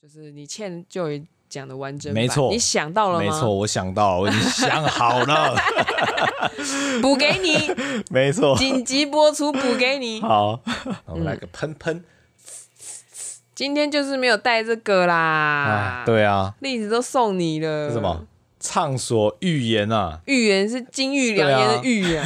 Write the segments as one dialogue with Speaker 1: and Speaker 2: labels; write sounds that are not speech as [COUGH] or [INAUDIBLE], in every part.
Speaker 1: 就是你欠就有讲的完整版，
Speaker 2: 没错
Speaker 1: 你想到了吗？
Speaker 2: 没错，，我想到了，我已经想好
Speaker 1: [LAUGHS]
Speaker 2: 了，
Speaker 1: 补给你， [LAUGHS]
Speaker 2: 没错。
Speaker 1: 紧急播出补给
Speaker 2: [LAUGHS]
Speaker 1: 你。
Speaker 2: 好，我们来个喷喷。
Speaker 1: 今天就是没有带这个啦
Speaker 2: 哎，，，对啊，
Speaker 1: 栗子都送你了。
Speaker 2: 是什么？畅所欲言啊！
Speaker 1: 芋圆是金玉良言的玉啊！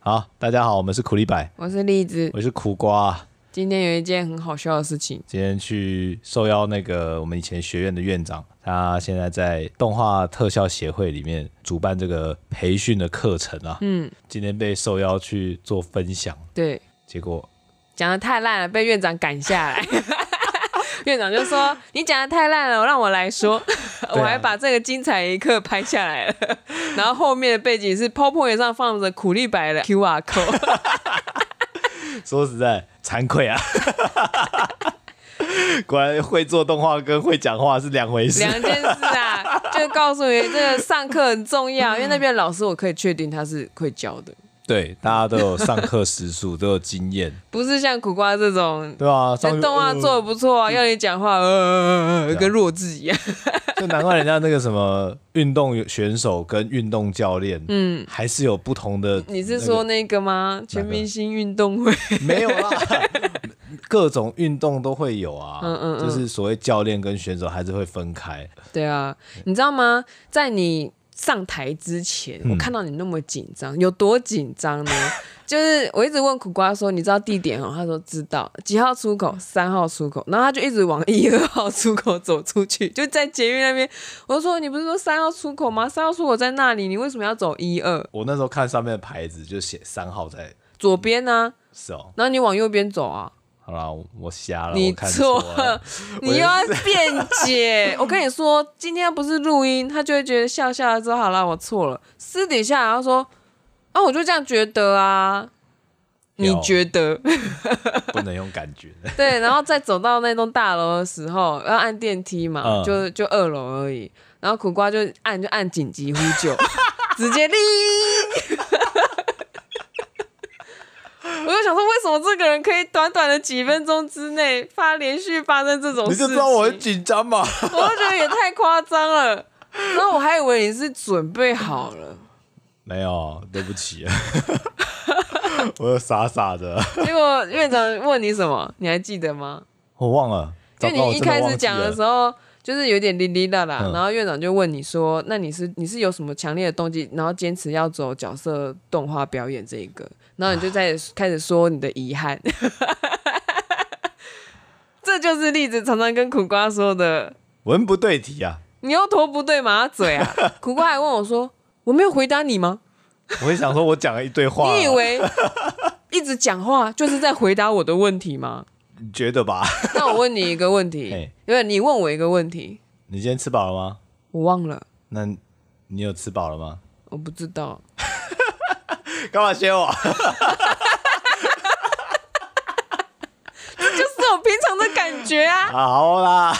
Speaker 2: 好，大家好，我们是苦力白，
Speaker 1: [LAUGHS] 我是栗子，
Speaker 2: 我是苦瓜啊。
Speaker 1: 今天有一件很好笑的事情，
Speaker 2: 今天去受邀那个我们以前学院的院长，他现在在动画特效协会里面主办这个培训的课程啊。
Speaker 1: 嗯，
Speaker 2: 今天被受邀去做分享，
Speaker 1: 对，
Speaker 2: 结果
Speaker 1: 讲的太烂了，被院长赶下来。 [LAUGHS] 院长就说：“你讲的太烂了，让我来
Speaker 2: [LAUGHS]
Speaker 1: 说。
Speaker 2: 啊
Speaker 1: 我还把这个精彩一刻拍下来了，然后后面的背景是 PowerPoint 上放着苦力白的 QR code，
Speaker 2: 说实在惭愧啊。 [LAUGHS] 果然会做动画跟会讲话是两回事。
Speaker 1: [LAUGHS] 两件事啊，就告诉你这个上课很重要，因为那边老师我可以确定他是会教的，
Speaker 2: [LAUGHS] 对，大家都有上课时数，都有经验，
Speaker 1: [LAUGHS] 不是像苦瓜这种
Speaker 2: 对啊，
Speaker 1: 这
Speaker 2: 上课
Speaker 1: 动画做的不错啊，要你讲话，呃呃，呃呃跟弱智一样。
Speaker 2: 就难怪人家那个什么运动选手跟运动教练，
Speaker 1: 嗯，
Speaker 2: 还是有不同的。
Speaker 1: 你是说那个吗？全明星运动会？
Speaker 2: 那个 [LAUGHS] 没有啦？ [LAUGHS] 各种运动都会有啊，
Speaker 1: 嗯嗯嗯
Speaker 2: 就是所谓教练跟选手还是会分开。
Speaker 1: 对啊，你知道吗？在你上台之前，我看到你那么紧张，有多紧张呢？就是我一直问苦瓜说，你知道地点哦？他说知道，几号出口？三号出口。然后他就一直往一二号出口走出去， [LAUGHS] 就在捷运那边。我就说你不是说三号出口吗？三号出口在那里，你为什么要走一二？
Speaker 2: 我那时候看上面的牌子就写三号在，
Speaker 1: 左边呢、
Speaker 2: 是哦，
Speaker 1: 然后你往右边走啊。
Speaker 2: 好啦，我我瞎了，
Speaker 1: 你
Speaker 2: 我看错
Speaker 1: 错
Speaker 2: 了 [LAUGHS]
Speaker 1: 了，你又要辩解。我跟你说，今天不是录音，他就会觉得笑笑了之后，好啦，我错了。私底下然后说，啊，我就这样觉得啊，
Speaker 2: 有
Speaker 1: 你觉得
Speaker 2: [LAUGHS] 不能用感
Speaker 1: [LAUGHS]
Speaker 2: 觉。
Speaker 1: 对，然后再走到那栋大楼的时候，要按电梯嘛，
Speaker 2: 嗯
Speaker 1: 就就二楼而已。然后苦瓜就按就按紧急呼
Speaker 2: [LAUGHS]
Speaker 1: 救，直接铃。我就想说，为什么这个人可以短短的几分钟之内发连续发生这种
Speaker 2: 你
Speaker 1: 事情？
Speaker 2: 就知道我很紧张嘛？
Speaker 1: [LAUGHS] 我就觉得也太夸张了。然后我还以为你是准备好
Speaker 2: [LAUGHS]
Speaker 1: 了，
Speaker 2: [LAUGHS] 没有，对不起， [LAUGHS] 我又傻傻的， [LAUGHS]
Speaker 1: 结果院长问你什么，你还记得吗？
Speaker 2: 我忘了。
Speaker 1: 就你一开始讲的
Speaker 2: 候，
Speaker 1: 时候，就是有点哩哩啦啦，
Speaker 2: 嗯
Speaker 1: 然后院长就问你说：“那你是你是有什么强烈的动机，然后坚持要走角色动画表演这一个？”然后你就在开始说你的遗憾， [LAUGHS] 这就是例子常常跟苦瓜说的，
Speaker 2: 文不对题啊，
Speaker 1: 你又头不对马嘴啊！苦瓜还问我说：“我没有回答你吗？”
Speaker 2: 我会想说，我讲了一堆话，
Speaker 1: 你以为一直讲话就是在回答我的问题吗？
Speaker 2: 你觉得吧？
Speaker 1: [LAUGHS]
Speaker 2: [LAUGHS]
Speaker 1: 那我问你一个问题，
Speaker 2: 嘿
Speaker 1: 因为你问我一个问题，
Speaker 2: 你今天吃饱了吗？
Speaker 1: 我忘了，
Speaker 2: 那你有吃饱了吗？
Speaker 1: 我不知道。
Speaker 2: 干嘛 [LAUGHS] 学我？
Speaker 1: 这就是我平常的感觉啊。
Speaker 2: 好啦，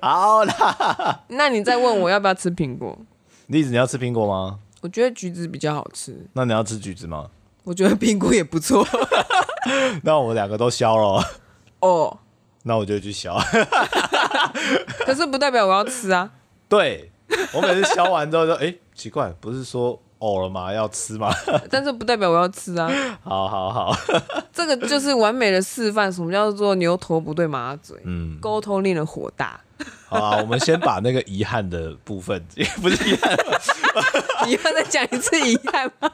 Speaker 2: 好啦。
Speaker 1: [LAUGHS] 那你再问我要不要吃苹果？
Speaker 2: 栗子，你要吃苹果吗？
Speaker 1: 我觉得橘子比较好吃，
Speaker 2: 那你要吃橘子吗？
Speaker 1: 我觉得苹果也不错。
Speaker 2: 那我两个都削了， [LAUGHS]
Speaker 1: 哦，
Speaker 2: 那我就去削。 [LAUGHS]
Speaker 1: 可是不代表我要吃啊。
Speaker 2: 对，我每次削完之后就，哎、奇怪，不是说呕了吗？要吃吗？
Speaker 1: 但是不代表我要吃啊，
Speaker 2: 好好好，
Speaker 1: 这个就是完美的示范，什么叫做牛头不对马嘴，
Speaker 2: 嗯，
Speaker 1: 沟通令人火大。
Speaker 2: [LAUGHS] 好啊啦，我们先把那个遗憾的部分，不是遗憾，
Speaker 1: 你要再讲一次遗憾吗？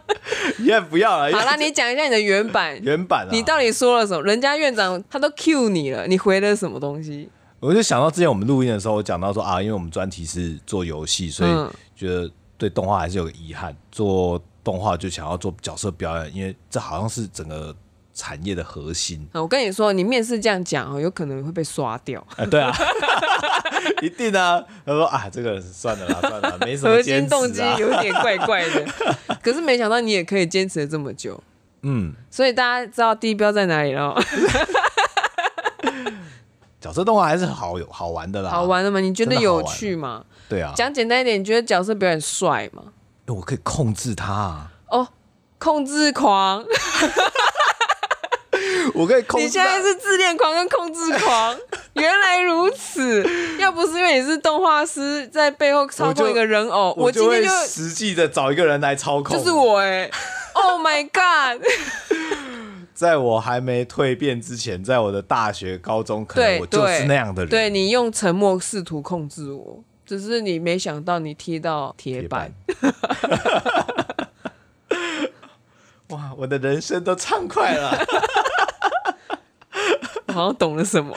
Speaker 2: 遗憾不要了。
Speaker 1: 好啦，你讲一下你的原版，
Speaker 2: 原版啊，
Speaker 1: 你到底说了什么？人家院长他都 Q 你了，你回了什么东西？
Speaker 2: 我就想到之前我们录音的时候，我讲到说啊，因为我们专题是做游戏，所以
Speaker 1: 嗯
Speaker 2: 觉得对动画还是有个遗憾。做动画就想要做角色表演，因为这好像是整个产业的
Speaker 1: [LAUGHS]
Speaker 2: 核心。
Speaker 1: 啊，我跟你说，你面试这样讲哦，有可能会被刷掉。
Speaker 2: 啊，对啊，一定啊。他说啊，这个算了啦，算了啦，没 [LAUGHS] 什么
Speaker 1: 核
Speaker 2: 坚
Speaker 1: 心动机
Speaker 2: 持啊。
Speaker 1: 有点怪怪
Speaker 2: [LAUGHS]
Speaker 1: 的，可是没想到你也可以坚持了这么久，
Speaker 2: 嗯，
Speaker 1: 所以大家知道地标在哪里了。
Speaker 2: 角色动画还是好有好玩的啦。
Speaker 1: 好，玩的吗？你觉得
Speaker 2: 啊真的好
Speaker 1: 有
Speaker 2: 玩
Speaker 1: 趣吗？
Speaker 2: 对啊，
Speaker 1: 讲简单一点，你觉得角色表演帅吗？
Speaker 2: 因为我可以控制它、啊，
Speaker 1: 哦，控制狂，
Speaker 2: 我可以控
Speaker 1: 你
Speaker 2: 制
Speaker 1: 现在
Speaker 2: 它。 [LAUGHS]
Speaker 1: 是自恋狂跟控制狂，原来如此，要不是因为你是动画师，在背后操控一个人偶，我今
Speaker 2: 就
Speaker 1: 天
Speaker 2: 会
Speaker 1: 就
Speaker 2: 实际的找一个人来操控。
Speaker 1: 就是，我
Speaker 2: 欸
Speaker 1: [LAUGHS] 哎、o h my
Speaker 2: [LAUGHS]
Speaker 1: god！
Speaker 2: 在我还没蜕变之前，在我的大学、高中，可能
Speaker 1: 对，
Speaker 2: 我就
Speaker 1: 对
Speaker 2: 是那样的人。
Speaker 1: 对你用沉默试图控制我，只是你没想到你踢到铁
Speaker 2: 铁
Speaker 1: 板
Speaker 2: 板。。 [LAUGHS] 哇，我的人生都畅快了。
Speaker 1: [LAUGHS] 我 [LAUGHS] 好像懂了什么。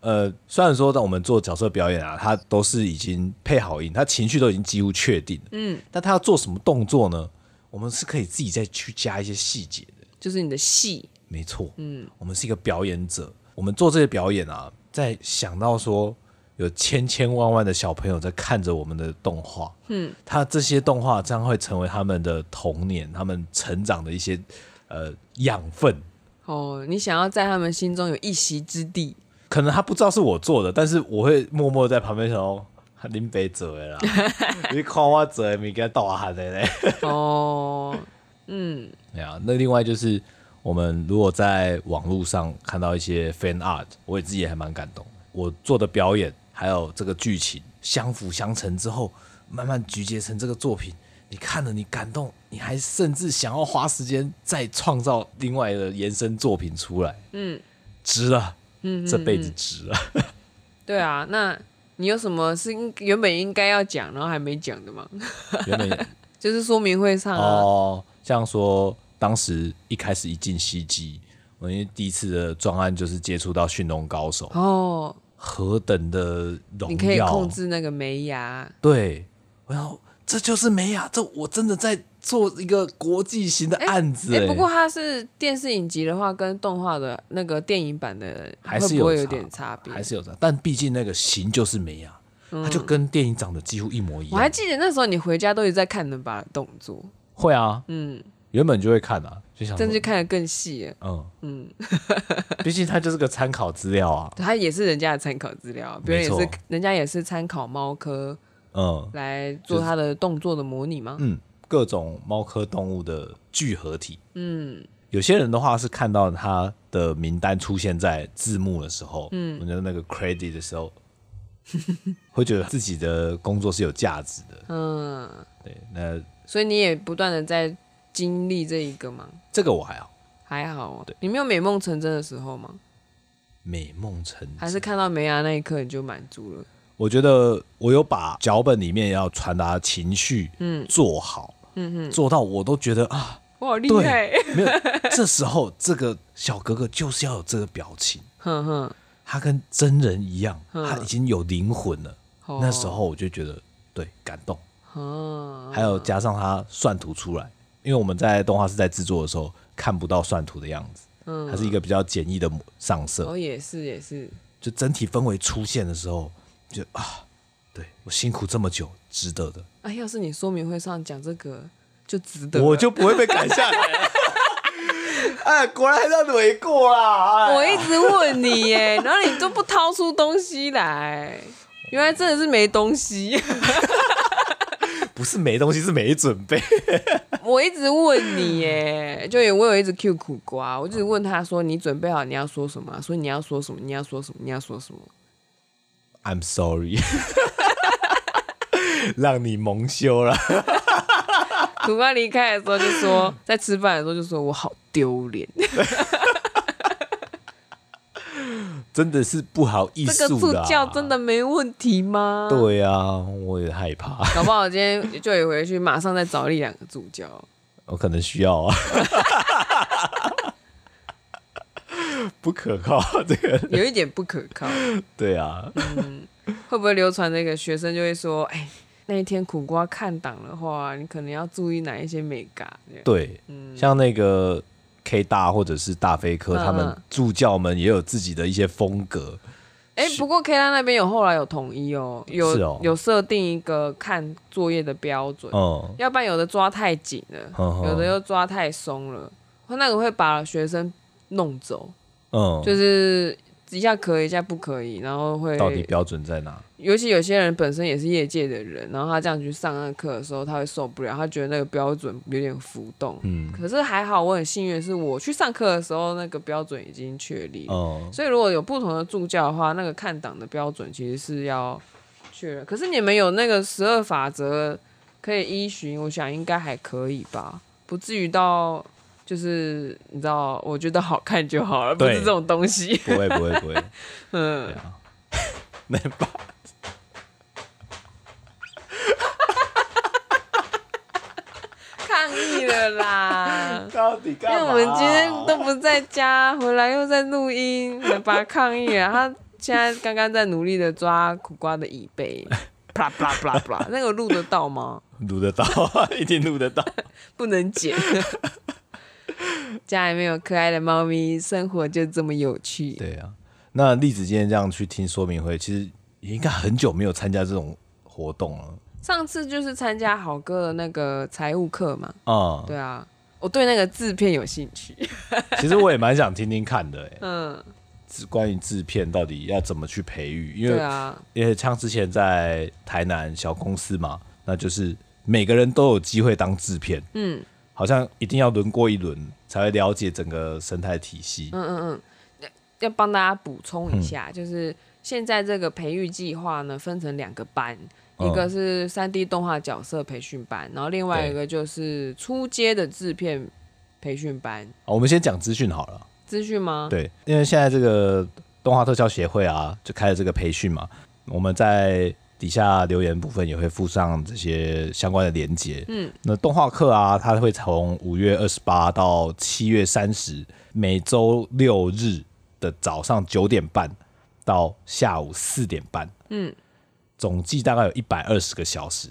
Speaker 2: 呃，虽然说在我们做角色表演啊，他都是已经配好音，他情绪都已经几乎确定了。嗯，但他要做什么动作呢？我们是可以自己再去加一些细节的。
Speaker 1: 就是你的戏，
Speaker 2: 没错，嗯，我们是一个表演者，我们做这些表演啊，在想到说有千千万万的小朋友在看着我们的动画，嗯，他这些动画将会成为他们的童年，他们成长的一些呃养分。
Speaker 1: 哦，你想要在他们心中有一席之地，
Speaker 2: 可能他不知道是我做的，但是我会默默在旁边想说，林北做 [LAUGHS] 的啦，你看我做的物件大喊的嘞。
Speaker 1: 哦，
Speaker 2: 对啊，那另外就是我们如果在网络上看到一些 fan art，我也自己也还蛮感动的。我做的表演还有这个剧情相辅相成之后，慢慢集结成这个作品。你看了你感动，你还甚至想要花时间再创造另外的延伸作品出来，嗯，值了，嗯这辈子值了。
Speaker 1: 对啊，那你有什么是应原本应该要讲，然后还没讲的吗？ [LAUGHS]
Speaker 2: 原 [LAUGHS] 本
Speaker 1: 就是说明会上啊，
Speaker 2: 哦，像说当时一开始一进西机，我因为第一次的专案就是接触到驯龙高手，
Speaker 1: 哦，
Speaker 2: 何等的荣
Speaker 1: 你可以
Speaker 2: 耀，
Speaker 1: 控制那个眉牙，
Speaker 2: 对，然后这就是美雅，这我真的在做一个国际型的案子、
Speaker 1: 哎、
Speaker 2: 欸
Speaker 1: 不过它是电视影集的话，跟动画的那个电影版的
Speaker 2: 还是
Speaker 1: 会不会
Speaker 2: 有
Speaker 1: 有
Speaker 2: 差
Speaker 1: 点差别？
Speaker 2: 还是有的，但毕竟那个型就是美雅，它就跟电影长得几乎一模一
Speaker 1: 嗯我还
Speaker 2: 样。
Speaker 1: 记得那时候你回家都一直在看能把的动作，
Speaker 2: 会啊，
Speaker 1: 嗯，
Speaker 2: 原本就会看啊，就想
Speaker 1: 但
Speaker 2: 说
Speaker 1: 是看得更细耶，
Speaker 2: 嗯嗯， [LAUGHS] 毕竟它就是个参考资料啊，
Speaker 1: 它也是人家的参考资料啊，别人也
Speaker 2: 没
Speaker 1: 是
Speaker 2: 错，
Speaker 1: 人家也是参考猫科
Speaker 2: 嗯。
Speaker 1: 来做它的动作的模拟吗？
Speaker 2: 嗯，各种猫科动物的聚合体。嗯，有些人的话是看到它的名单出现在字幕的时候，嗯，我觉得那个 credit 的时候，会觉得自己的工作是有价值的。
Speaker 1: 嗯，
Speaker 2: 对，那
Speaker 1: 所以你也不断的在经历这一个吗？
Speaker 2: 这个我还好，
Speaker 1: 还好啊
Speaker 2: 对，
Speaker 1: 你没有美梦成真的时候吗？
Speaker 2: 美梦成真
Speaker 1: 还是看到梅牙那一刻你就满足了？
Speaker 2: 我觉得我有把脚本里面要传达的情绪，嗯，做好，嗯嗯，做到我都觉得啊，
Speaker 1: 我好厉
Speaker 2: 对
Speaker 1: 害！， [LAUGHS]
Speaker 2: 没有，这时候这个小哥哥就是要有这个表情。
Speaker 1: 哼哼，
Speaker 2: 他跟真人一样，
Speaker 1: 嗯
Speaker 2: 他已经有灵魂了。
Speaker 1: 哦
Speaker 2: 那时，候我就觉得对感动，
Speaker 1: 嗯，
Speaker 2: 还有加上他算图出来，因为我们在动画是在制作的时候看不到算图的样子，
Speaker 1: 嗯
Speaker 2: 它是一个比较简易的模上色，
Speaker 1: 哦，也是也是，
Speaker 2: 就整体氛围出现的时候，就啊，对我辛苦这么久，值得的，
Speaker 1: 啊，要是你说明会上讲这个，就值得了。
Speaker 2: 我就不会被赶下来
Speaker 1: [LAUGHS]
Speaker 2: 了。哎，果然还是要蕊过啦！哎
Speaker 1: 我一直问你耶，然后你都不掏出东西来，原来真的是没东西。 [LAUGHS]
Speaker 2: 不是没东西，是没准备。
Speaker 1: 我一直问你耶，就有我有一直 Q 苦瓜，我就一直问他说你准备好你要说什么啊、所以你要说什么，你要说什么，你要说什么。
Speaker 2: I'm sorry，让你蒙羞了。
Speaker 1: 苦瓜离开的时候就说，在吃饭的时候就说我好丢脸，
Speaker 2: 真的是不好意思、
Speaker 1: 这
Speaker 2: 啊。
Speaker 1: 个助教真的没问题吗？，
Speaker 2: 对啊，我也害怕， [LAUGHS]
Speaker 1: 搞不好今天就得回去，马上再找一两个助教。
Speaker 2: 我可能需要啊。 [LAUGHS] 不可靠， [LAUGHS] 这个
Speaker 1: 有一点不可靠，
Speaker 2: 对啊，
Speaker 1: 会不会流传那个学生就会说，哎、那一天苦瓜看档的话，你可能要注意哪一些美嘎。这样
Speaker 2: 对，像那个 K 大或者是大飞科，
Speaker 1: 嗯
Speaker 2: 他们
Speaker 1: 嗯
Speaker 2: 助教们也有自己的一些风格，
Speaker 1: 哎、不过 K 拉那边有后来有统一哦，有
Speaker 2: 是哦
Speaker 1: 有设定一个看作业的标准，
Speaker 2: 嗯，
Speaker 1: 要不 [LAUGHS] 然有的抓太紧了，
Speaker 2: 嗯
Speaker 1: 有的又抓太松了，那个会把学生弄走，
Speaker 2: 嗯，
Speaker 1: 就是一下可以，一下不可以，然后会
Speaker 2: 到底标准在哪？
Speaker 1: 尤其有些人本身也是业界的人，然后他这样去上那个课的时候，他会受不了，他觉得那个标准有点浮动。
Speaker 2: 嗯，
Speaker 1: 可是还好，我很幸运的是，我去上课的时候，那个标准已经确立。
Speaker 2: 哦，
Speaker 1: 所以如果有不同的助教的话，那个看档的标准其实是要确认。可是你们有那个十二法则可以依循，我想应该还可以吧，不至于到就是你知道，我觉得好看就好了，不是
Speaker 2: 对
Speaker 1: 这种东西。 [LAUGHS]
Speaker 2: 不会不会 [LAUGHS] 不会，
Speaker 1: 嗯
Speaker 2: 对，啊，那把。
Speaker 1: 抗议了啦
Speaker 2: 到底
Speaker 1: 因
Speaker 2: 干啊
Speaker 1: 为我们今天
Speaker 2: 都
Speaker 1: 都不在家，回来又在录音，来把他抗议了。他现在刚刚在努力的抓苦瓜的椅
Speaker 2: [LAUGHS]
Speaker 1: 背，啪啦啪啦啪啦啪啦，那个录得到吗？
Speaker 2: 录得到， [LAUGHS] 一定录得到。
Speaker 1: 不能剪。家里面有可爱的猫咪，生活就这么有趣。
Speaker 2: 对啊，那栗子今天这样去听说明会，其实也应该很久没有参加这种活动了
Speaker 1: 上次就是参加好哥的那个财务课嘛，
Speaker 2: 啊。
Speaker 1: 对啊，我对那个制片有兴趣。
Speaker 2: 其实我也蛮想听听看的、欸，
Speaker 1: 嗯，
Speaker 2: 是关于制片到底要怎么去培育，因
Speaker 1: 对
Speaker 2: 为、
Speaker 1: 啊，
Speaker 2: 因为像之前在台南小公司嘛，那就是每个人都有机会当制片，
Speaker 1: 嗯
Speaker 2: 好像一定要轮过一轮才会了解整个生态体系。
Speaker 1: 嗯嗯嗯，要帮大家补充一
Speaker 2: 嗯
Speaker 1: 下，就是现在这个培育计划呢，分成两个班。
Speaker 2: 嗯
Speaker 1: 一个是三 D 动画角色培训班，然后另外一个就是初阶的制片培训班。
Speaker 2: 好我们先讲资讯好了。
Speaker 1: 资讯吗？
Speaker 2: 对，因为现在这个动画特效协会啊，就开了这个培训嘛，我们在底下留言部分也会附上这些相关的连接。嗯，那动画课啊，它会从五月二十八到七月三十，每周六日的早上九点半到下午四点半。嗯，总计大概有一百二十个小时。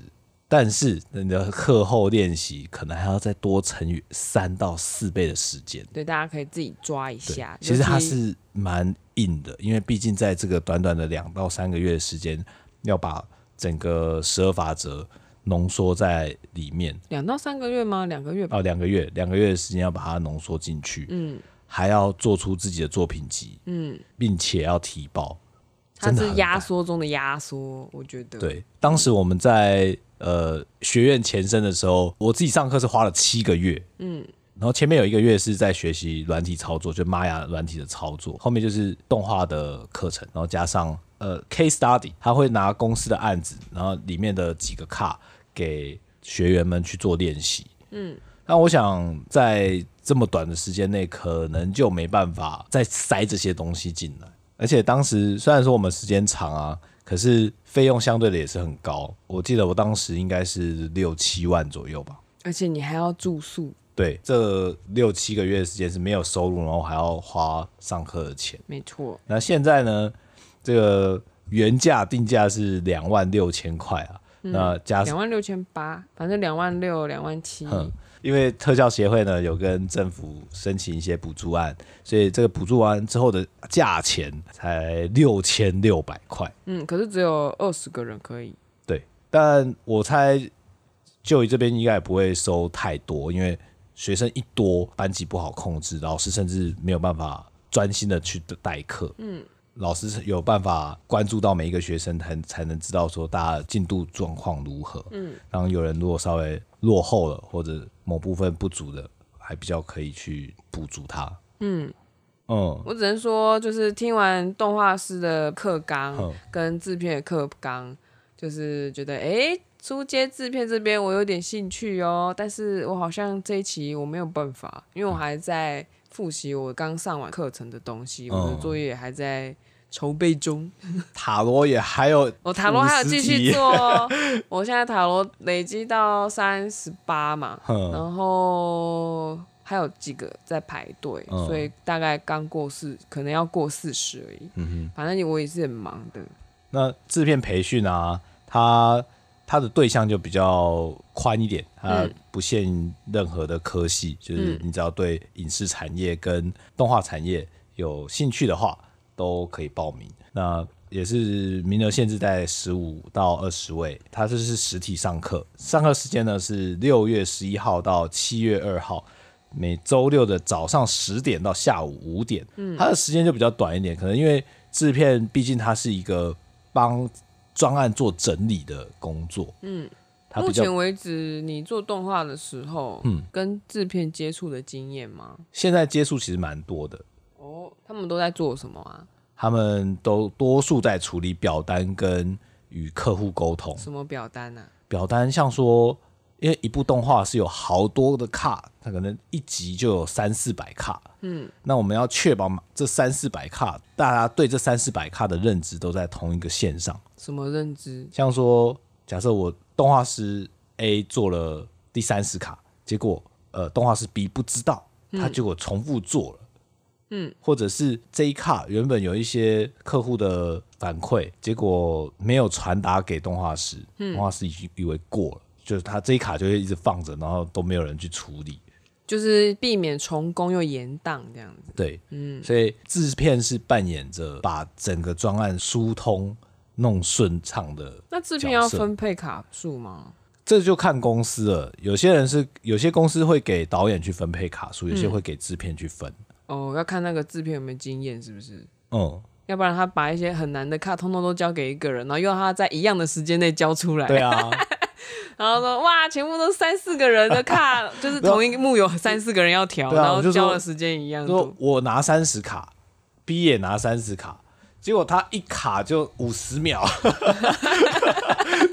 Speaker 2: 但是你的课后练习可能还要再多乘以三到四倍的时间，
Speaker 1: 对，大家可以自己抓一
Speaker 2: 对
Speaker 1: 下。
Speaker 2: 其实它
Speaker 1: 尤其
Speaker 2: 是蛮硬的，因为毕竟在这个短短的两到三个月的时间，要把整个十二法则浓缩在里面
Speaker 1: 两到三个月吗？两个月吧。
Speaker 2: 哦，两个月，两个月的时间要把它浓缩进去，
Speaker 1: 嗯
Speaker 2: 还要做出自己的作品集，
Speaker 1: 嗯，
Speaker 2: 并且要提报，
Speaker 1: 它
Speaker 2: 真的
Speaker 1: 是
Speaker 2: 很
Speaker 1: 压
Speaker 2: 难
Speaker 1: 缩中的压缩，我觉得。，
Speaker 2: 对，当时我们在呃学院前身的时候，我自己上课是花了七个月，嗯，然后前面有一个月是在学习软体操作，就玛雅软体的操作，后面就是动画的课程，然后加上呃 case study，他会拿公司的案子，然后里面的几个卡给学员们去做练习，嗯，那我想在这么短的时间内，可能就没办法再塞这些东西进来。而且当时虽然说我们时间长啊，可是费用相对的也是很高。我记得我当时应该是六七万左右吧。
Speaker 1: 而且你还要住宿，
Speaker 2: 对，这六七个月的时间是没有收入，然后还要花上课的钱。
Speaker 1: 没错。
Speaker 2: 那现在呢，这个原价定价是两万六千块啊，那加
Speaker 1: 两万六千八，反正两万六、两万七，
Speaker 2: 嗯，因为特效协会呢有跟政府申请一些补助案，所以这个补助案之后的价钱才六千六百块。
Speaker 1: 嗯，可是只有二十个人可以，
Speaker 2: 对，但我猜就这边应该也不会收太多，因为学生一多，班级不好控制，老师甚至没有办法专心的去代课。嗯。老师是有办法关注到每一个学生，才才能知道说大家进度状况如何。嗯，然后有人如果稍微落后了，或者某部分不足的，还比较可以去补足它。嗯嗯，
Speaker 1: 我只能说，就是听完动画师的课纲
Speaker 2: 嗯
Speaker 1: 跟制片的课纲，就是觉得哎。诶初阶制片这边我有点兴趣哦，但是我好像这一期我没有办法，因为我还在复习我刚上完课程的东西，我的
Speaker 2: 嗯
Speaker 1: 作业还在筹备中。
Speaker 2: 塔罗也还有
Speaker 1: 我哦塔罗还有
Speaker 2: 50
Speaker 1: 继续
Speaker 2: 集 [LAUGHS]
Speaker 1: 做哦，我现在塔罗累积到三十八嘛，
Speaker 2: 嗯
Speaker 1: 然后还有几个在排队，
Speaker 2: 嗯
Speaker 1: 所以大概刚过四，可能要过四十而已。
Speaker 2: 嗯
Speaker 1: 反正我也是很忙的，
Speaker 2: 那制片培训啊，它它的对象就比较宽一点，它不限任何的科系，就是你只要对影视产业跟动画产业有兴趣的话，都可以报名。那也是名额限制在十五到二十位，它这是实体上课，上课时间呢是六月十一号到七月二号，每周六的早上十点到下午五点，
Speaker 1: 嗯
Speaker 2: 它的时间就比较短一点，可能因为制片毕竟它是一个帮专案做整理的工作，嗯，它
Speaker 1: 目
Speaker 2: 比较
Speaker 1: 前为止，你做动画的时候，嗯，跟制片接触的经验吗？
Speaker 2: 现在接触其实蛮多的，
Speaker 1: 哦，他们都在做什么啊？
Speaker 2: 他们都多数在处理表单跟与客户沟通，
Speaker 1: 什么表单啊？
Speaker 2: 表单像说，因为一部动画是有好多的卡，它可能一集就有三四百卡，嗯，那我们要确保这三四百卡，大家对这三四百卡的认知都在同一个线上。
Speaker 1: 什么认知？
Speaker 2: 像说，假设我动画师 A 做了第三十卡，结果呃动画师 B 不知道，他结果重复做了。嗯，或者是这一卡原本有一些客户的反馈，结果没有传达给动画师，动画师已经以为过了，就是他这一卡就会一直放着，然后都没有人去处理。
Speaker 1: 就是避免重工又延宕这样子。
Speaker 2: 对，嗯，所以制片是扮演着把整个专案疏通、弄顺畅的
Speaker 1: 那制片要
Speaker 2: 角色
Speaker 1: 分配卡数吗？
Speaker 2: 这就看公司了。有些人是有些公司会给导演去分配卡
Speaker 1: 嗯
Speaker 2: 数，有些会给制片去分。
Speaker 1: 哦，要看那个制片有没有经验，是不是？
Speaker 2: 嗯，
Speaker 1: 要不然他把一些很难的卡通通都交给一个人，然后又让他在一样的时间内交出来，
Speaker 2: 对
Speaker 1: [LAUGHS]
Speaker 2: 啊，
Speaker 1: 然后说哇，全部都三四个人的
Speaker 2: [LAUGHS]
Speaker 1: 卡，就是同一幕有三四个人要调，
Speaker 2: 对啊
Speaker 1: 然后
Speaker 2: 我就说
Speaker 1: 交的时间一样
Speaker 2: 说
Speaker 1: 多。
Speaker 2: 我拿三十卡，B 也拿三十卡，结果他一卡就五十
Speaker 1: [LAUGHS]
Speaker 2: 秒， [LAUGHS]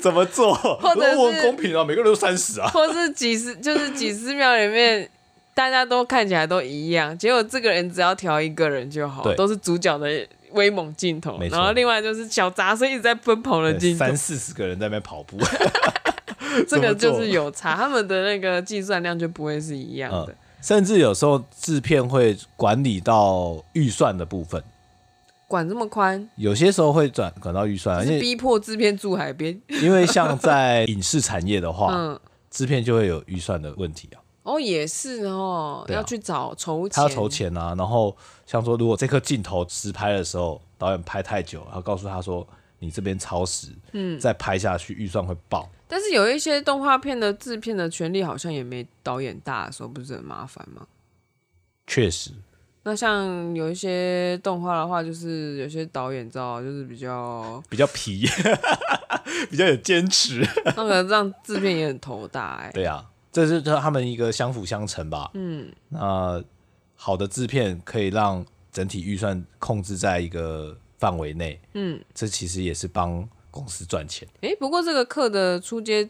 Speaker 2: 怎么做？
Speaker 1: 或者是
Speaker 2: 我很公平啊，每个人都三十啊。
Speaker 1: 或是几十，就是几十秒里面，大家都看起来都一样，结果这个人只要调一个人就好，
Speaker 2: 对
Speaker 1: 都是主角的威猛镜头，
Speaker 2: 没错
Speaker 1: 然后另外就是小杂碎一直在奔跑的镜头， [LAUGHS]
Speaker 2: 三四十个人在那边跑步，
Speaker 1: 这个
Speaker 2: 怎么
Speaker 1: 就
Speaker 2: 做
Speaker 1: 是有差，他们的那个计算量就不会是一样的
Speaker 2: [LAUGHS] 嗯。，甚至有时候制片会管理到预算的部分，
Speaker 1: 管这么宽，
Speaker 2: 有些时候会转管到预算啊，
Speaker 1: 就
Speaker 2: 因
Speaker 1: 是
Speaker 2: 为
Speaker 1: 逼迫制片住海边。
Speaker 2: 因为像在影视产业的话，
Speaker 1: [LAUGHS] 嗯，
Speaker 2: 制片就会有预算的问题啊，
Speaker 1: 哦，也是哦，
Speaker 2: 对啊
Speaker 1: 要去找筹钱，
Speaker 2: 他要筹钱啊，然后像说如果这颗镜头实拍的时候，导演拍太久，然后告诉他说你这边超时，嗯，再拍下去预算会爆，
Speaker 1: 但是有一些动画片的制片的权利好像也没导演大的时候，不是很麻烦吗？
Speaker 2: 确实，
Speaker 1: 那像有一些动画的话，就是有些导演知道，就是比较 [LAUGHS]
Speaker 2: 比较皮， [LAUGHS] 比较有坚持，
Speaker 1: 那个让制片也很头大哎、
Speaker 2: 对啊，这是他们一个相辅相成吧，嗯，那好的制片可以让整体预算控制在一个范围内，嗯，这其实也是帮公司赚钱。 [LAUGHS]
Speaker 1: 诶，不过这个课的初阶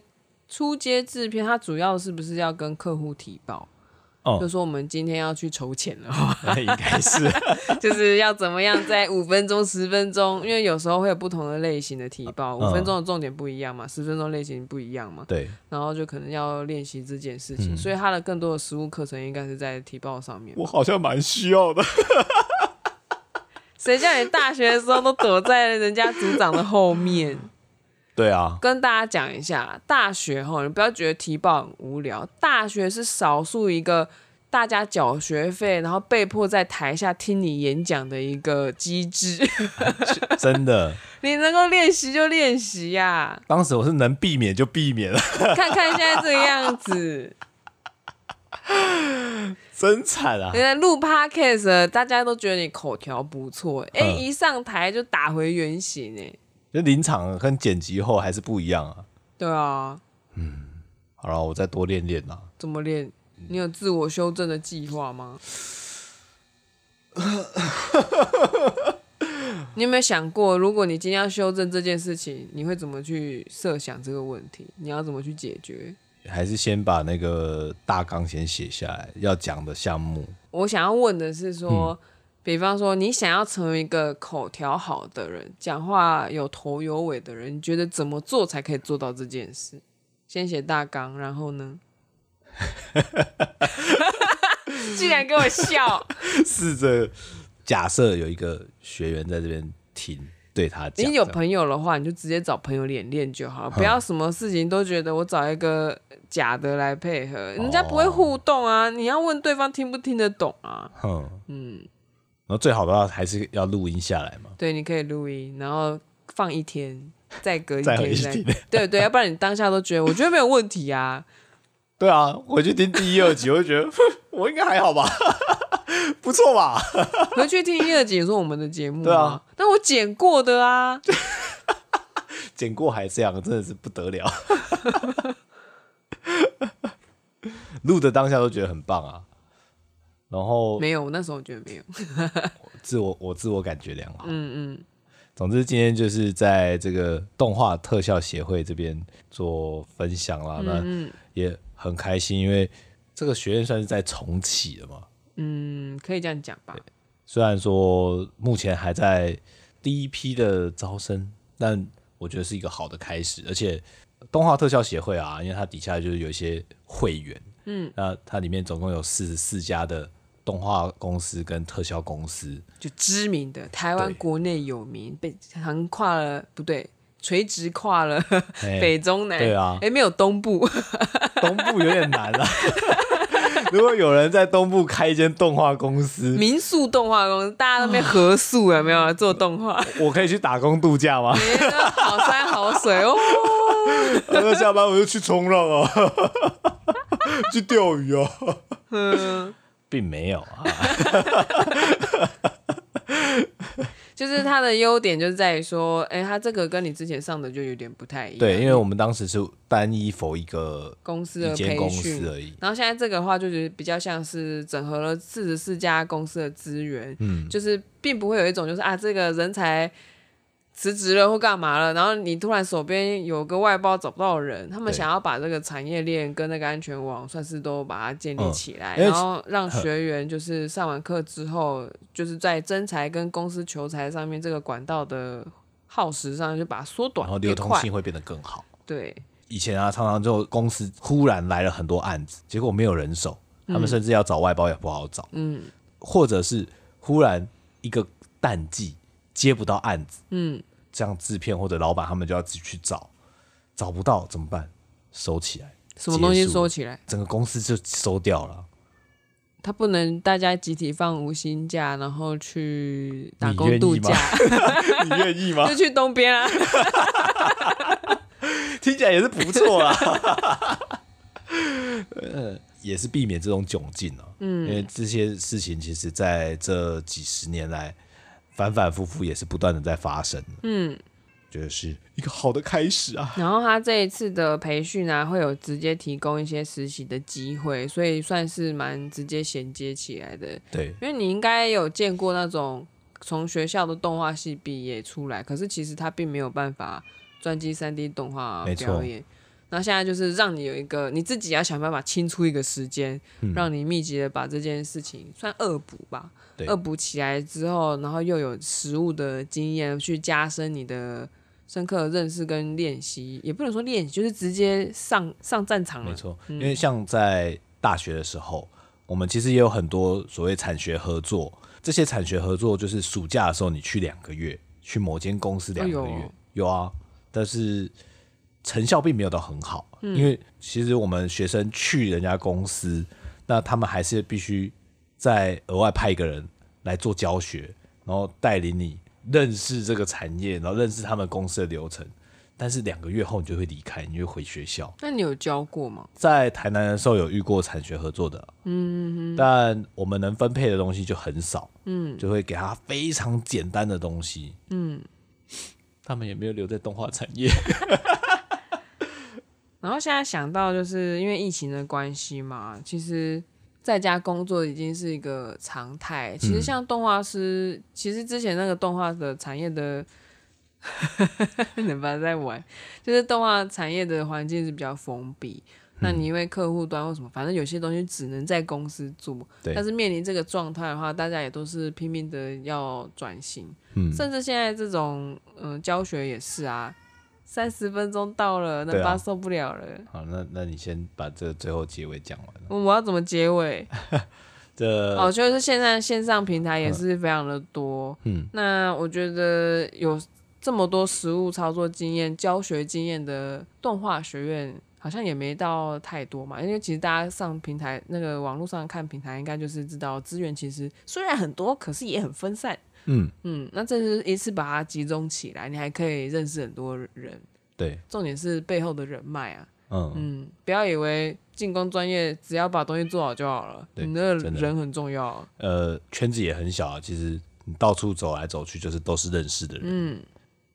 Speaker 1: 初阶制片，它主要是不是要跟客户提报？
Speaker 2: 哦
Speaker 1: 就说我们今天要去筹钱了哦，
Speaker 2: 应该是 [LAUGHS]
Speaker 1: 就是要怎么样在五分钟、十分钟，因为有时候会有不同的类型的提报，五分钟的重点不一样嘛，十分钟类型不一样嘛，
Speaker 2: 对，
Speaker 1: 然后就可能要练习这件事情，所以它的更多的实务课程应该是在提报上面吧。
Speaker 2: 我好像蛮需要的。
Speaker 1: 谁叫你大学的时候都躲在人家组长的后面？
Speaker 2: 对啊，
Speaker 1: 跟大家讲一下，大学哈，你不要觉得提报很无聊，大学是少数一个大家缴学费，然后被迫在台下听你演讲的一个机制。 [LAUGHS]
Speaker 2: [LAUGHS] 真的，
Speaker 1: 你能够练习就练习呀、
Speaker 2: 当时我是能避免就避免了， [LAUGHS]
Speaker 1: 看看现在这个样子，
Speaker 2: 真惨啊
Speaker 1: 你！在录 podcast，的大家都觉得你口条不错，哎、
Speaker 2: 嗯
Speaker 1: 一上台就打回原形哎、
Speaker 2: 就临场跟剪辑后还是不一样啊。
Speaker 1: 对啊，
Speaker 2: 好了，我再多练练啊啦。
Speaker 1: 怎么练？你有自我修正的计划吗？ [LAUGHS] 你有没有想过，如果你今天要修正这件事情，你会怎么去设想这个问题？你要怎么去解决？
Speaker 2: 还是先把那个大纲先写下来，要讲的项目。 [LAUGHS]
Speaker 1: 我想要问的是说，比方说你想要成为一个口条好的人，讲话有头有尾的人，你觉得怎么做才可以做到这件事？先写大纲，然后呢？竟然给我笑！
Speaker 2: 试着假设有一个学员在这边听，对他讲，
Speaker 1: 你有
Speaker 2: 这样
Speaker 1: 朋友的话，你就直接找朋友演练就好，不要什么事情都觉得我找一个假的来配合，人家不会互动啊。你要问对方听不听得懂啊？
Speaker 2: 哼嗯，然后最好的话还是要录音下来嘛。
Speaker 1: 对，你可以录音，然后放一天，再隔一
Speaker 2: 再回
Speaker 1: 天
Speaker 2: 去
Speaker 1: 再
Speaker 2: 听，
Speaker 1: 对对，要不然你当下都觉得我觉得没有问题啊。
Speaker 2: 对啊，回去听第一、二集，我就觉得我应该还好吧， [LAUGHS] 不错吧？
Speaker 1: 回去听一二集也是我们的节目
Speaker 2: 对啊，
Speaker 1: 但我剪过的啊，
Speaker 2: 剪过海这样真的是不得了， [LAUGHS] 录的当下都觉得很棒啊。然后
Speaker 1: 没有，我那时候觉得没有，
Speaker 2: 自我我自我感觉良好。嗯嗯。总之，今天就是在这个动画特效协会这边做分享啦，那也很开心，因为这个学院算是在重启了嘛。
Speaker 1: 嗯，可以这样讲吧，
Speaker 2: 虽然说目前还在第一批的招生，但我觉得是一个好的开始。而且动画特效协会啊，因为它底下就是有一些会员，嗯，那它里面总共有四十四家的动画公司跟特效公司，
Speaker 1: 就知名的台湾
Speaker 2: 对
Speaker 1: 国内有名，被横跨了不对，垂直跨了 [LAUGHS]
Speaker 2: 哎
Speaker 1: 北中南，
Speaker 2: 对啊嗯
Speaker 1: 哎，没有东部，
Speaker 2: [LAUGHS] 东部有点难啊。 [LAUGHS] 如果有人在东部开一间动画公司，
Speaker 1: 民宿动画公司，大家都没
Speaker 2: 啊
Speaker 1: 合宿啊有没有做动
Speaker 2: [LAUGHS]
Speaker 1: 画？
Speaker 2: 我可以去打工度假吗？ [LAUGHS]
Speaker 1: 哎那好山好水哦，
Speaker 2: 我说下班我就去冲浪啊， [LAUGHS] 去钓鱼啊，
Speaker 1: 嗯，
Speaker 2: 并没有啊。
Speaker 1: 就是它的优点就是在于说，哎，它这个跟你之前上的就有点不太一样，
Speaker 2: 对，因为我们当时是单一否一个
Speaker 1: 公司
Speaker 2: 一
Speaker 1: 的
Speaker 2: 间
Speaker 1: 培
Speaker 2: 公
Speaker 1: 训
Speaker 2: 司而已，
Speaker 1: 然后现在这个的话，就是比较像是整合了四十四家公司的资源，
Speaker 2: 嗯
Speaker 1: 就是并不会有一种就是啊，这个人才辞职了或干嘛了，然后你突然手边有个外包找不到人，他们
Speaker 2: 对
Speaker 1: 想要把这个产业链跟那个安全网算是都把它建立起来，
Speaker 2: 嗯因为
Speaker 1: 然后让学员就是上完课之后，就是在征才跟公司求才上面这个管道的耗时上就把它缩短，
Speaker 2: 然后流通
Speaker 1: 变快
Speaker 2: 性，会变得更好。
Speaker 1: 对，
Speaker 2: 以前啊，常常就公司忽然来了很多案子，结果没有人手，他们甚至要找外包也不好找，
Speaker 1: 嗯
Speaker 2: 或者是忽然一个淡季接不到案子，
Speaker 1: 嗯，
Speaker 2: 这样制片或者老板他们就要自己去找，找不到怎么办？收起来，
Speaker 1: 什么东西
Speaker 2: 结束
Speaker 1: 收起来？
Speaker 2: 整个公司就收掉了。
Speaker 1: 他不能大家集体放无薪假，然后去打
Speaker 2: 你
Speaker 1: 工
Speaker 2: 愿
Speaker 1: 度
Speaker 2: 意吗
Speaker 1: 假，
Speaker 2: [LAUGHS] 你愿意吗
Speaker 1: [LAUGHS] 就去东边啊。
Speaker 2: 听起来也是不错 [LAUGHS] 啦。呃，也是避免这种窘境啊。嗯，因为这些事情其实在这几十年来反反复复也是不断的在发生。嗯，觉得是一个好的开始啊。
Speaker 1: 然后他这一次的培训啊，会有直接提供一些实习的机会，所以算是蛮直接衔接起来的。
Speaker 2: 对，
Speaker 1: 因为你应该有见过那种从学校的动画系毕业出来，可是其实他并没有办法专精三 D 动画
Speaker 2: 没错
Speaker 1: 表演。那现在就是让你有一个，你自己要想办法清出一个时间，
Speaker 2: 嗯
Speaker 1: 让你密集的把这件事情算恶补吧，
Speaker 2: 对
Speaker 1: 恶补起来之后，然后又有实物的经验去加深你的深刻的认识跟练习，也不能说练习，就是直接上上战场了。嗯
Speaker 2: 没错，因为像在大学的时候，我们其实也有很多所谓产学合作。这些产学合作就是暑假的时候你去两个月，去某间公司两个
Speaker 1: 哎
Speaker 2: 月，
Speaker 1: 呦
Speaker 2: 有啊，但是成效并没有到很好，
Speaker 1: 嗯
Speaker 2: 因为其实我们学生去人家公司，那他们还是必须再额外派一个人来做教学，然后带领你认识这个产业，然后认识他们公司的流程。但是两个月后你就会离开，你就会回学校。
Speaker 1: 那你有教过吗？
Speaker 2: 在台南的时候有遇过产学合作的，嗯，但我们能分配的东西就很少，嗯，就会给他非常简单的东西，嗯，他们也没有留在动画产业， [LAUGHS]
Speaker 1: 然后现在想到，就是因为疫情的关系嘛，其实在家工作已经是一个常态。其实像动画师，其实之前那个动画的产业的， [LAUGHS] 你不要再玩，就是动画产业的环境是比较封闭。那你因为客户端或什么，反正有些东西只能在公司做，
Speaker 2: 对
Speaker 1: 但是面临这个状态的话，大家也都是拼命的要转型，
Speaker 2: 嗯
Speaker 1: 甚至现在这种嗯、呃教学也是啊，三十分钟到了，那
Speaker 2: 对啊
Speaker 1: 爸受不了了。
Speaker 2: 好，那那你先把这个最后结尾讲完了，
Speaker 1: 我我要怎么结尾？
Speaker 2: 这、
Speaker 1: 哦，就是现在线上平台也是非常的多。
Speaker 2: 嗯，
Speaker 1: 那我觉得有这么多实物操作经验、教学经验的动画学院，好像也没到太多嘛。因为其实大家上平台那个网络上看平台，应该就是知道资源其实虽然很多，可是也很分散。
Speaker 2: 嗯，
Speaker 1: 嗯，那这是一次把它集中起来，你还可以认识很多人。
Speaker 2: 对，
Speaker 1: 重点是背后的人脉啊，
Speaker 2: 嗯，
Speaker 1: 嗯，不要以为进攻专业只要把东西做好就好了，
Speaker 2: 对
Speaker 1: 你那个
Speaker 2: 真的
Speaker 1: 人很重要。啊
Speaker 2: 呃，圈子也很小啊，其实你到处走来走去，就是都是认识的人。
Speaker 1: 嗯，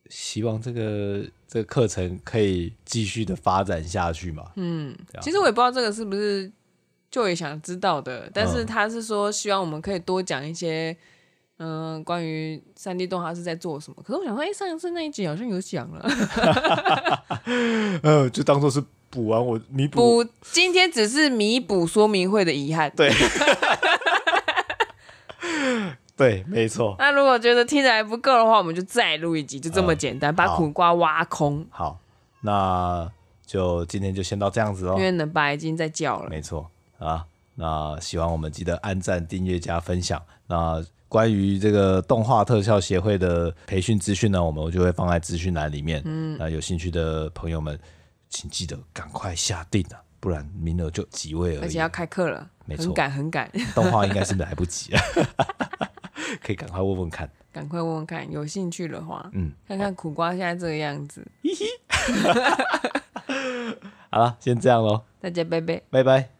Speaker 2: 希望这个这个课程可以继续的发展下去嘛。嗯，
Speaker 1: 其实我也不知道这个是不是就也想知道的，但
Speaker 2: 嗯
Speaker 1: 是他是说希望我们可以多讲一些。嗯，关于三 D 动画是在做什么？可是我想说，哎、上一次那一集好像有讲了，
Speaker 2: 呃，就当做是补完我弥补。
Speaker 1: 补今天只是弥补说明会的遗
Speaker 2: [LAUGHS]
Speaker 1: 憾。
Speaker 2: 对对，没错。
Speaker 1: 那如果觉得听着还不够的话，我们就再录一集，就这么简单，把
Speaker 2: 好
Speaker 1: 苦瓜挖空，
Speaker 2: 好，那就今天就先到这样子喽
Speaker 1: 因。为冷白已经在叫了。
Speaker 2: 没错啊，那喜欢我们记得按赞、订阅、加分享。那关于这个动画特效协会的培训资讯呢，我们就会放在资讯栏里面。嗯，那有兴趣的朋友们，请记得赶快下定啊，不然名额就几位而
Speaker 1: 而
Speaker 2: 已
Speaker 1: 且。要开课了，
Speaker 2: 没错
Speaker 1: 很赶很赶， [LAUGHS]
Speaker 2: 动画应该是来不及啊， [LAUGHS] 可以赶快问问看。
Speaker 1: 赶快问问看，有兴趣的话，
Speaker 2: 嗯，
Speaker 1: 看看苦瓜现在这个样子，
Speaker 2: 好了，先这样喽，
Speaker 1: 大家拜拜。
Speaker 2: 拜拜。